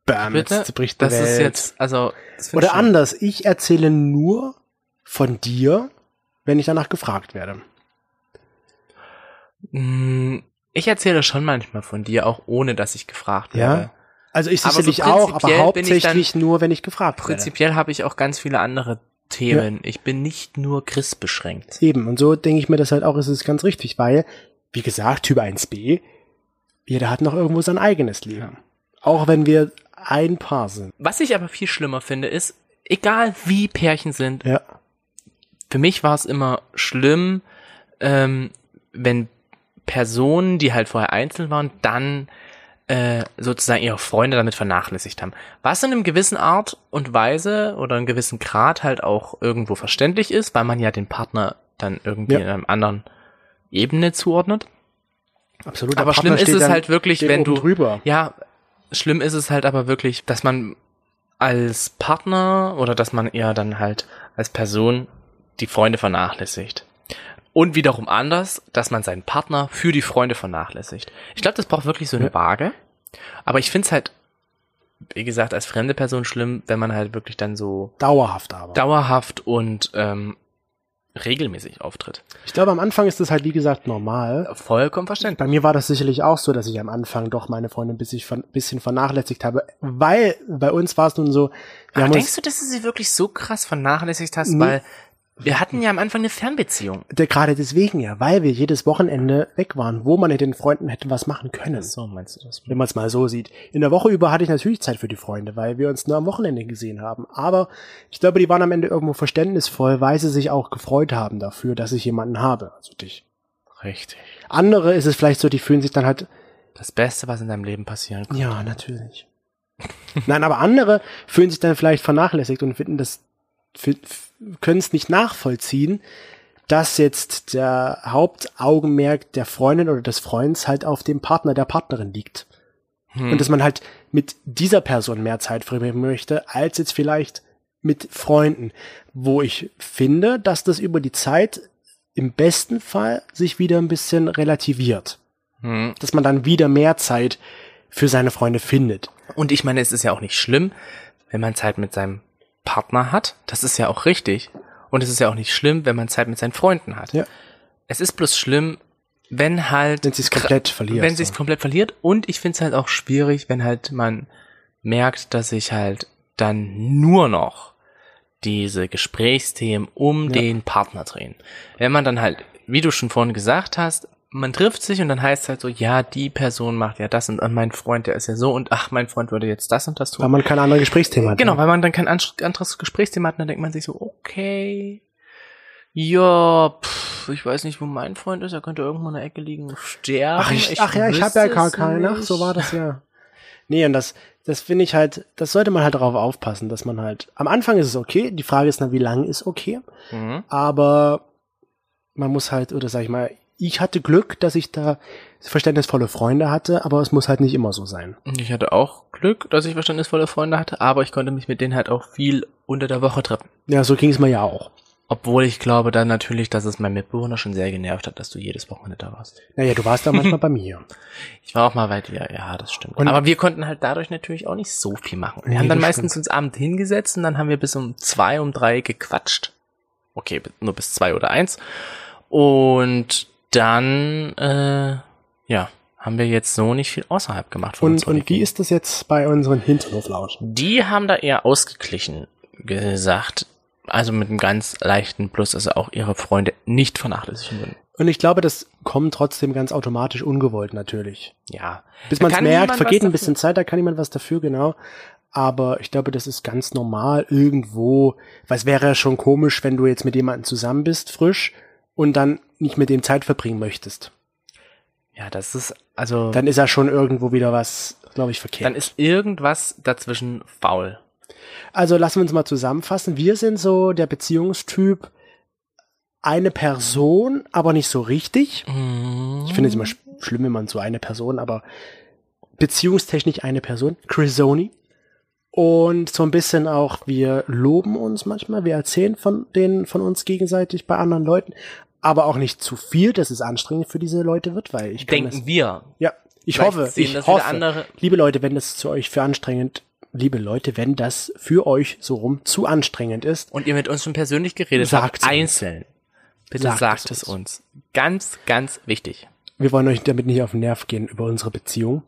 A: Bam,
B: Bitte?
A: jetzt bricht die
B: Das ist
A: Welt.
B: jetzt, also. das find ich
A: Oder
B: schon-
A: anders, ich erzähle nur von dir, wenn ich danach gefragt werde.
B: Mm, Ich erzähle schon manchmal von dir, auch ohne dass ich gefragt
A: Ja?
B: werde.
A: Also ich
B: Aber so
A: sicherlich auch, aber
B: prinzipiell bin ich dann-
A: hauptsächlich nur, wenn ich gefragt werde.
B: Prinzipiell habe ich auch ganz viele andere Themen. Ich bin nicht nur Chris beschränkt.
A: Eben, und so denke ich mir das halt auch, es ist ganz richtig, weil, wie gesagt, Typ 1b, jeder hat noch irgendwo sein eigenes Leben. Auch wenn wir ein Paar sind.
B: Was ich aber viel schlimmer finde, ist, egal wie Pärchen sind,
A: Ja.
B: für mich war es immer schlimm, ähm, wenn Personen, die halt vorher einzeln waren, dann äh, sozusagen ihre Freunde damit vernachlässigt haben. Was in einem gewissen Art und Weise oder einem gewissen Grad halt auch irgendwo verständlich ist, weil man ja den Partner dann irgendwie
A: Ja.
B: in einem anderen Ebene zuordnet.
A: Absolut.
B: Aber
A: der
B: schlimm
A: Partner
B: ist
A: steht
B: es
A: dann-
B: halt wirklich,
A: steht
B: wenn
A: oben
B: du-
A: drüber.
B: Ja, schlimm ist es halt aber wirklich, dass man als Partner oder dass man eher dann halt als Person die Freunde vernachlässigt. Und wiederum anders, dass man seinen Partner für die Freunde vernachlässigt. Ich glaube, das braucht wirklich so eine
A: Ja.
B: Waage. Aber ich finde es halt, wie gesagt, als fremde Person schlimm, wenn man halt wirklich dann so
A: Dauerhaft aber.
B: dauerhaft und ähm, regelmäßig auftritt.
A: ich glaube, am Anfang ist das halt, wie gesagt, normal.
B: Vollkommen verständlich.
A: Bei mir war das sicherlich auch so, dass ich am Anfang doch meine Freundin ein bisschen, ver bisschen vernachlässigt habe, weil bei uns war es nun so, wir
B: Aber
A: haben
B: denkst
A: uns,
B: du, dass du sie wirklich so krass vernachlässigt hast?
A: Nee.
B: Weil wir hatten ja am Anfang eine Fernbeziehung.
A: der, gerade deswegen ja, weil wir jedes Wochenende weg waren, wo man mit den Freunden hätte was machen können.
B: So meinst du das?
A: Wenn man es mal so sieht. In der Woche über hatte ich natürlich Zeit für die Freunde, weil wir uns nur am Wochenende gesehen haben. Aber ich glaube, die waren am Ende irgendwo verständnisvoll, weil sie sich auch gefreut haben dafür, dass ich jemanden habe, also dich.
B: Richtig.
A: Andere ist es vielleicht so, die fühlen sich dann halt,
B: Das Beste, was in deinem Leben passieren kann.
A: Ja, natürlich. (laughs) Nein, aber andere fühlen sich dann vielleicht vernachlässigt und finden das, können es nicht nachvollziehen, dass jetzt der Hauptaugenmerk der Freundin oder des Freundes halt auf dem Partner der Partnerin liegt. Und dass man halt mit dieser Person mehr Zeit verbringen möchte, als jetzt vielleicht mit Freunden. Wo ich finde, dass das über die Zeit im besten Fall sich wieder ein bisschen relativiert
B: Hm.
A: dass man dann wieder mehr Zeit für seine Freunde findet.
B: Und ich meine, es ist ja auch nicht schlimm, wenn man Zeit mit seinem Partner hat. Das ist ja auch richtig. Und es ist ja auch nicht schlimm, wenn man Zeit mit seinen Freunden hat.
A: Ja.
B: Es ist bloß schlimm, wenn halt.
A: Wenn sie es komplett verliert.
B: Wenn sie es
A: so.
B: komplett verliert. Und ich finde es halt auch schwierig, wenn halt man merkt, dass ich halt dann nur noch diese Gesprächsthemen um den Partner drehen. Wenn man dann halt, wie du schon vorhin gesagt hast, man trifft sich und dann heißt es halt so, ja, die Person macht ja das und, und mein Freund, der ist ja so und ach, mein Freund würde jetzt das und das tun.
A: weil man kein anderes Gesprächsthema hat.
B: Genau,
A: ne?
B: weil man dann kein ansch- anderes Gesprächsthema hat, dann denkt man sich so, okay, ja, pff, ich weiß nicht, wo mein Freund ist, er könnte irgendwo in der Ecke liegen und sterben.
A: Ach, ich, ach ja, ich habe ja
B: wüsste
A: gar
B: es
A: keinen. Ach,
B: nicht.
A: so war das ja. Nee, und das, das finde ich halt, das sollte man halt darauf aufpassen, dass man halt, am Anfang ist es okay, die Frage ist dann, wie lang ist okay,
B: Mhm.
A: aber man muss halt, oder sag ich mal, ich hatte Glück, dass ich da verständnisvolle Freunde hatte, aber es muss halt nicht immer so sein.
B: Und ich hatte auch Glück, dass ich verständnisvolle Freunde hatte, aber ich konnte mich mit denen halt auch viel unter der Woche treffen.
A: Ja, so ging es mir ja auch.
B: Obwohl ich glaube dann natürlich, dass es mein Mitbewohner schon sehr genervt hat, dass du jedes Wochenende da warst.
A: Naja, du warst da
B: (laughs)
A: manchmal bei mir.
B: Ich war auch mal weit, ja, ja, das stimmt.
A: Und-
B: aber wir konnten halt dadurch natürlich auch nicht so viel machen. Wir
A: Nee,
B: haben dann
A: das
B: meistens uns Abend hingesetzt und dann haben wir bis um zwei, um drei gequatscht. Okay, bi- nur bis zwei oder eins. Und dann, äh, ja, haben wir jetzt so nicht viel außerhalb gemacht von
A: Und,
B: unserem
A: und wie
B: Weekend.
A: ist das jetzt bei unseren Hinterhoflauschen?
B: Die haben da eher ausgeglichen gesagt. Also mit einem ganz leichten Plus, dass sie auch ihre Freunde nicht vernachlässigen würden.
A: Und ich glaube, das kommt trotzdem ganz automatisch ungewollt natürlich.
B: Ja.
A: Bis
B: Da
A: man es
B: kann
A: merkt,
B: niemand
A: vergeht
B: was
A: ein bisschen Zeit, da kann niemand was dafür, genau. Aber ich glaube, das ist ganz normal irgendwo, weil es wäre ja schon komisch, wenn du jetzt mit jemandem zusammen bist, frisch, und dann nicht mit dem Zeit verbringen möchtest.
B: Ja, das ist, also.
A: Dann ist ja schon irgendwo wieder was glaube ich, verkehrt.
B: Dann ist irgendwas dazwischen faul.
A: Also lassen wir uns mal zusammenfassen. Wir sind so der Beziehungstyp eine Person, aber nicht so richtig. Ich finde es
B: Mhm.
A: immer sch schlimm, wenn man so eine Person, aber beziehungstechnisch eine Person. Chrisoni. Und so ein bisschen auch, wir loben uns manchmal, wir erzählen von den, von uns gegenseitig bei anderen Leuten, aber auch nicht zu viel, dass es anstrengend für diese Leute wird, weil ich kann
B: Denken wir.
A: das, ja, ich
B: Vielleicht
A: hoffe,
B: sehen
A: ich
B: das wieder
A: hoffe,
B: andere-
A: liebe Leute, wenn das zu euch für anstrengend, liebe Leute, wenn das für euch so rum zu anstrengend ist,
B: Und ihr mit uns schon persönlich geredet
A: Sagt's
B: habt,
A: uns.
B: einzeln. Bitte
A: Sagt
B: sagt,
A: es
B: es uns. Ganz, ganz wichtig.
A: wir wollen euch damit nicht auf den Nerv gehen über unsere Beziehung.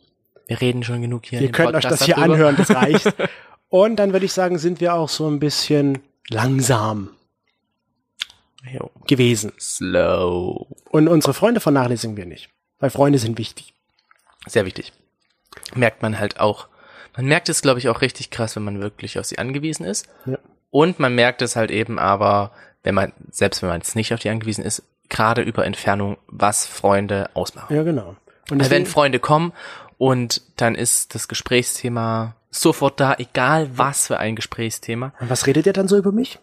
B: Wir reden schon genug hier. in
A: Ihr
B: dem
A: könnt euch
B: Podcast
A: das hier
B: darüber.
A: anhören,
B: (laughs)
A: das reicht. Und dann würde ich sagen, sind wir auch so ein bisschen langsam
B: Jo.
A: gewesen.
B: Slow.
A: Und unsere Freunde vernachlässigen wir nicht. Weil Freunde sind wichtig.
B: Sehr wichtig. Merkt man halt auch. Man merkt es, glaube ich, auch richtig krass, wenn man wirklich auf sie angewiesen ist.
A: Ja.
B: Und man merkt es halt eben aber, wenn man, selbst wenn man jetzt nicht auf die angewiesen ist, gerade über Entfernung, was Freunde ausmachen.
A: Ja, genau. Und
B: Also wenn
A: deswegen,
B: Freunde kommen und dann ist das Gesprächsthema sofort da, egal was für ein Gesprächsthema.
A: Und was redet ihr dann so über mich?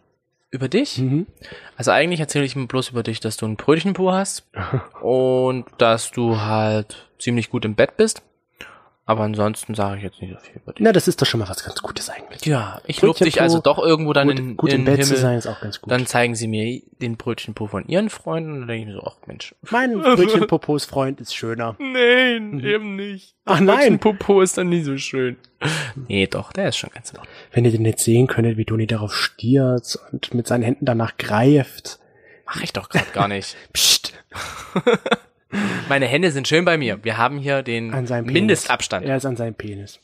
B: Über dich?
A: Mhm.
B: Also eigentlich erzähle ich mir bloß über dich, dass du einen Brötchenpo
A: (laughs)
B: hast und dass du halt ziemlich gut im Bett bist. Aber ansonsten sage ich jetzt nicht so viel über dich.
A: Na, das ist doch schon mal was ganz Gutes eigentlich.
B: Ja, ich lob dich
A: Brötchenpo,
B: also doch irgendwo dann
A: Gut,
B: in,
A: gut
B: in
A: im Bett
B: Himmel.
A: zu sein ist auch ganz gut.
B: Dann zeigen sie mir den Brötchenpo von ihren Freunden und dann denke ich mir so, ach Mensch. (laughs)
A: mein Brötchenpopos Freund ist schöner. Mhm.
B: Nein, eben nicht.
A: Ach nein,
B: Popo ist dann nicht so schön. Nee, doch, der ist schon ganz in Ordnung.
A: wenn ihr den jetzt sehen könntet, wie Toni darauf stiert und mit seinen Händen danach greift.
B: Mach ich doch gerade
A: (laughs)
B: gar nicht.
A: Psst.
B: Meine Hände sind schön bei mir. Wir haben hier den
A: An seinem Penis.
B: Mindestabstand.
A: Er ist an seinem Penis.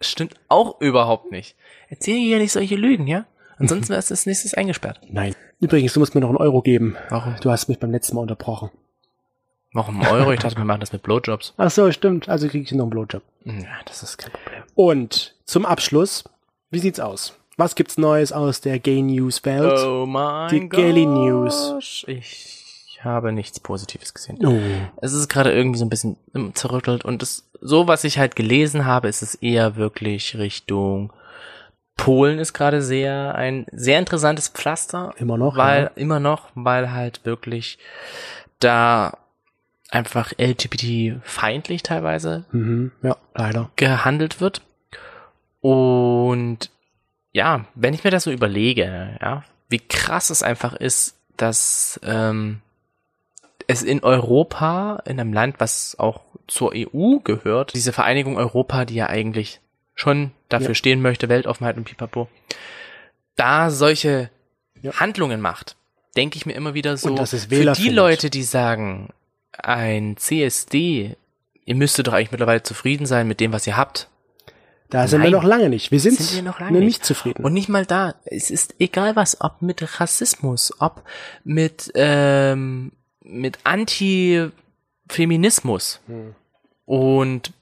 B: Stimmt auch überhaupt nicht. Erzähl hier nicht solche Lügen, ja? Ansonsten wärst du als nächstes eingesperrt.
A: Nein. Übrigens, du musst mir noch einen Euro geben.
B: Warum?
A: Du hast mich beim letzten Mal unterbrochen.
B: Warum Euro? Ich dachte, wir machen das mit Blowjobs.
A: Ach so, stimmt. Also krieg ich noch einen Blowjob.
B: Ja, das ist kein Problem.
A: Und zum Abschluss, wie sieht's aus? Was gibt's Neues aus der Gay News Welt?
B: Oh mein
A: Die
B: Gott.
A: Daily News.
B: Ich habe nichts Positives gesehen.
A: Oh.
B: Es ist gerade irgendwie so ein bisschen ähm, zerrüttelt und das, so, was ich halt gelesen habe, ist es eher wirklich Richtung Polen ist gerade sehr ein sehr interessantes Pflaster.
A: Immer noch,
B: Weil
A: ja.
B: immer noch, weil halt wirklich da einfach LGBT-feindlich teilweise
A: Mhm. Ja, leider.
B: gehandelt wird. Und ja, wenn ich mir das so überlege, ja, wie krass es einfach ist, dass ähm, es in Europa, in einem Land, was auch zur EU gehört, diese Vereinigung Europa, die ja eigentlich schon dafür
A: Ja.
B: stehen möchte, Weltoffenheit und Pipapo, da solche
A: Ja.
B: Handlungen macht, denke ich mir immer wieder so,
A: dass es
B: für die
A: Wähler findet.
B: Leute, die sagen, ein CSD, ihr müsstet doch eigentlich mittlerweile zufrieden sein mit dem, was ihr habt,
A: Da sind wir
B: Nein.
A: noch lange nicht. Wir sind,
B: Sind wir noch lange
A: nicht
B: nicht.
A: zufrieden.
B: Und nicht mal da. Es ist egal was, ob mit Rassismus, ob mit, ähm, mit Antifeminismus.
A: Hm.
B: Und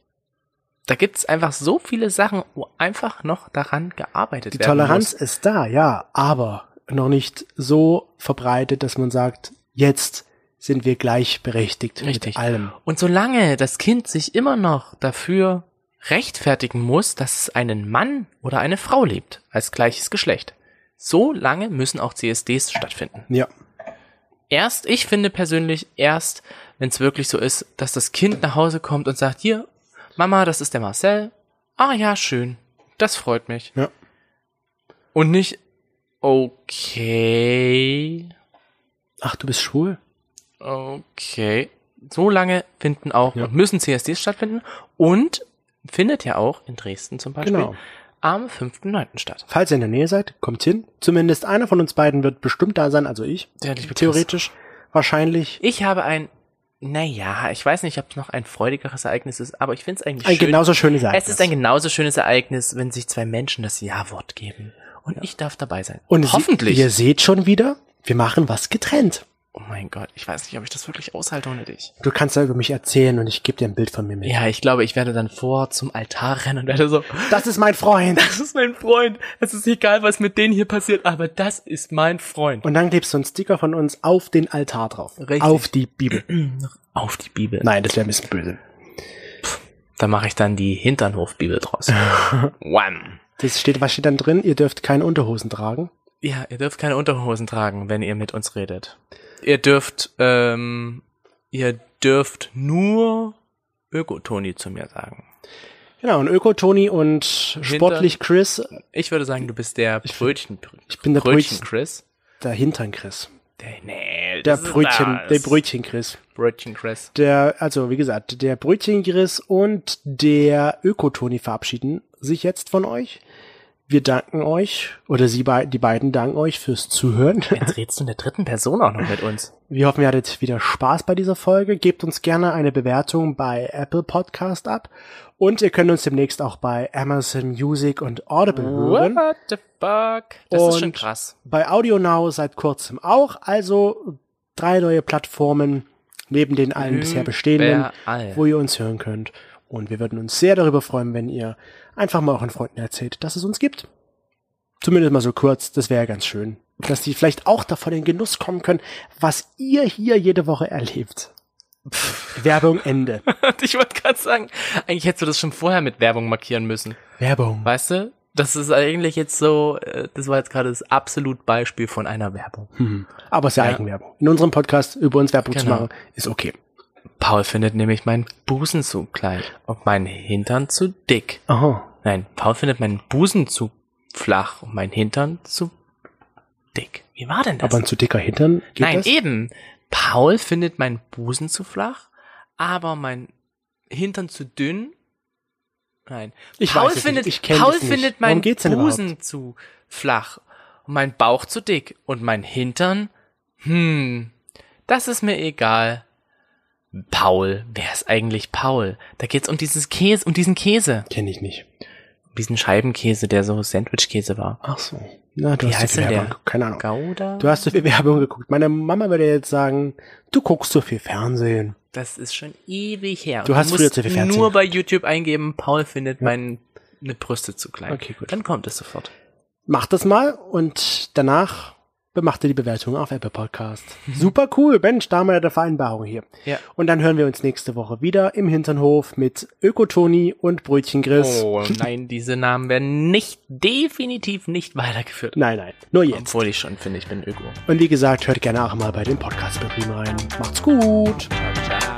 B: da gibt's einfach so viele Sachen, wo einfach noch daran gearbeitet
A: die
B: werden
A: Toleranz
B: muss.
A: ist da, ja, aber noch nicht so verbreitet, dass man sagt, jetzt sind wir gleichberechtigt
B: Richtig.
A: mit allem.
B: Und solange das Kind sich immer noch dafür rechtfertigen muss, dass es einen Mann oder eine Frau lebt, als gleiches Geschlecht, so lange müssen auch CSDs stattfinden.
A: Ja.
B: erst, ich finde persönlich, erst, wenn es wirklich so ist, dass das Kind nach Hause kommt und sagt, hier, Mama, das ist der Marcel. Ah ja, schön. Das freut mich.
A: Ja.
B: Und nicht, okay,
A: Ach, du bist schwul?
B: okay. So lange finden auch und müssen CSDs stattfinden und findet ja auch in Dresden zum Beispiel
A: Genau.
B: am 5.9. statt.
A: Falls ihr in der Nähe seid, kommt hin. Zumindest einer von uns beiden wird bestimmt da sein, also ich.
B: Der liebe Chris.
A: Theoretisch. Wahrscheinlich
B: Ich habe ein, naja, ich weiß nicht, ob es noch ein freudigeres Ereignis ist, aber ich finde es eigentlich
A: ein
B: schön,
A: genauso schönes Ereignis.
B: Es ist ein genauso schönes Ereignis, wenn sich zwei Menschen das Ja-Wort geben. Und ich darf dabei sein.
A: Und
B: hoffentlich.
A: Sie, ihr seht schon wieder, wir machen was getrennt.
B: oh mein Gott, ich weiß nicht, ob ich das wirklich aushalte ohne dich.
A: Du kannst ja über mich erzählen und ich gebe dir ein Bild von mir mit.
B: Ja, ich glaube, ich werde dann vor zum Altar rennen und werde so,
A: Das ist mein Freund.
B: das ist mein Freund. Es ist egal, was mit denen hier passiert, aber das ist mein Freund.
A: Und dann klebst du einen Sticker von uns auf den Altar drauf.
B: Richtig.
A: Auf die Bibel. (clears throat)
B: Auf die Bibel.
A: Nein, das wäre ein bisschen böse.
B: Da mache ich dann die Hinternhofbibel draus. (laughs) Wham.
A: Das steht, was steht dann drin? Ihr dürft keine Unterhosen tragen.
B: Ja, ihr dürft keine Unterhosen tragen, wenn ihr mit uns redet. Ihr dürft, ähm, ihr dürft nur Ökotoni zu mir sagen.
A: Genau, und Öko-Toni und sportlich Chris, äh,
B: Ich würde sagen, du bist der Brötchen.
A: ich bin der
B: Brötchen
A: Brötchen,
B: Chris.
A: der Hintern Chris.
B: Der,
A: Der
B: nee, das ist
A: Brötchen,
B: das.
A: der Brötchen Chris.
B: Brötchen Chris.
A: Der, also wie gesagt, der Brötchen Chris und der Öko-Toni verabschieden sich jetzt von euch. Wir danken euch, oder sie beiden, die beiden danken euch fürs Zuhören. (laughs)
B: Jetzt redest du in der dritten Person auch noch mit uns.
A: Wir hoffen, ihr hattet wieder Spaß bei dieser Folge. Gebt uns gerne eine Bewertung bei Apple Podcast ab. Und ihr könnt uns demnächst auch bei Amazon Music und Audible hören.
B: What the fuck? Das ist schon
A: Und-
B: krass.
A: Bei Audio Now seit kurzem auch. Also drei neue Plattformen neben den
B: Hm,
A: allen bisher bestehenden,
B: Überall.
A: wo ihr uns hören könnt. Und wir würden uns sehr darüber freuen, wenn ihr einfach mal euren Freunden erzählt, dass es uns gibt. Zumindest mal so kurz, das wäre ja ganz schön. Dass die vielleicht auch davon in Genuss kommen können, was ihr hier jede Woche erlebt. Werbung
B: (laughs)
A: Ende.
B: (laughs) Ich wollte gerade sagen, eigentlich hättest du das schon vorher mit Werbung markieren müssen.
A: Werbung.
B: Weißt du? Das ist eigentlich jetzt so, äh, das war jetzt gerade das absolut Beispiel von einer Werbung.
A: Hm. Aber es ist ja, Eigenwerbung. In unserem Podcast über uns Werbung zu
B: Genau.
A: machen, ist okay.
B: Paul findet nämlich meinen Busen zu klein und meinen Hintern zu dick.
A: Aha.
B: Nein, Paul findet meinen Busen zu flach und meinen Hintern zu dick. Wie war denn das?
A: Aber ein zu dicker Hintern geht
B: Nein, eh-
A: das?
B: eben. Paul findet meinen Busen zu flach, aber mein Hintern zu dünn. Nein.
A: Ich
B: Paul
A: weiß es nicht.
B: findet,
A: Ich kenn
B: Paul
A: das nicht.
B: findet
A: Worum
B: meinen
A: geht's denn
B: Busen zu flach und mein Bauch zu dick und mein Hintern, hm, das ist mir egal. Paul, wer ist eigentlich Paul? Da geht's um dieses Käse, um diesen Käse,
A: Kenne ich nicht.
B: um diesen Scheibenkäse, der so Sandwichkäse war.
A: Ach so. Na, du
B: Wie
A: hast
B: heißt
A: zu viel
B: denn der?
A: Werbung. geguckt. Keine
B: Genau.
A: Ahnung.
B: Gouda?
A: Du hast zu viel Werbung geguckt. Meine Mama würde jetzt sagen, du guckst so viel Fernsehen.
B: Das ist schon ewig her.
A: Du hast
B: musst
A: früher zu viel Fernsehen
B: nur bei YouTube eingeben, Paul findet meine Brüste zu klein.
A: Okay, gut.
B: Dann kommt es sofort.
A: Macht das mal und danach macht ihr die Bewertung auf Apple Podcast. Super cool. Mensch, da haben wir eine Vereinbarung hier.
B: Mhm. Ja.
A: Und dann hören wir uns nächste Woche wieder im Hinternhof mit Ökotoni und Brötchen Chris.
B: (laughs) Oh nein, diese Namen werden nicht, definitiv nicht weitergeführt.
A: Nein, nein. Nur jetzt.
B: Obwohl ich schon finde, ich bin Öko.
A: Und wie gesagt, hört gerne auch mal bei den Podcast-Betrieben rein. Macht's gut.
B: Ciao.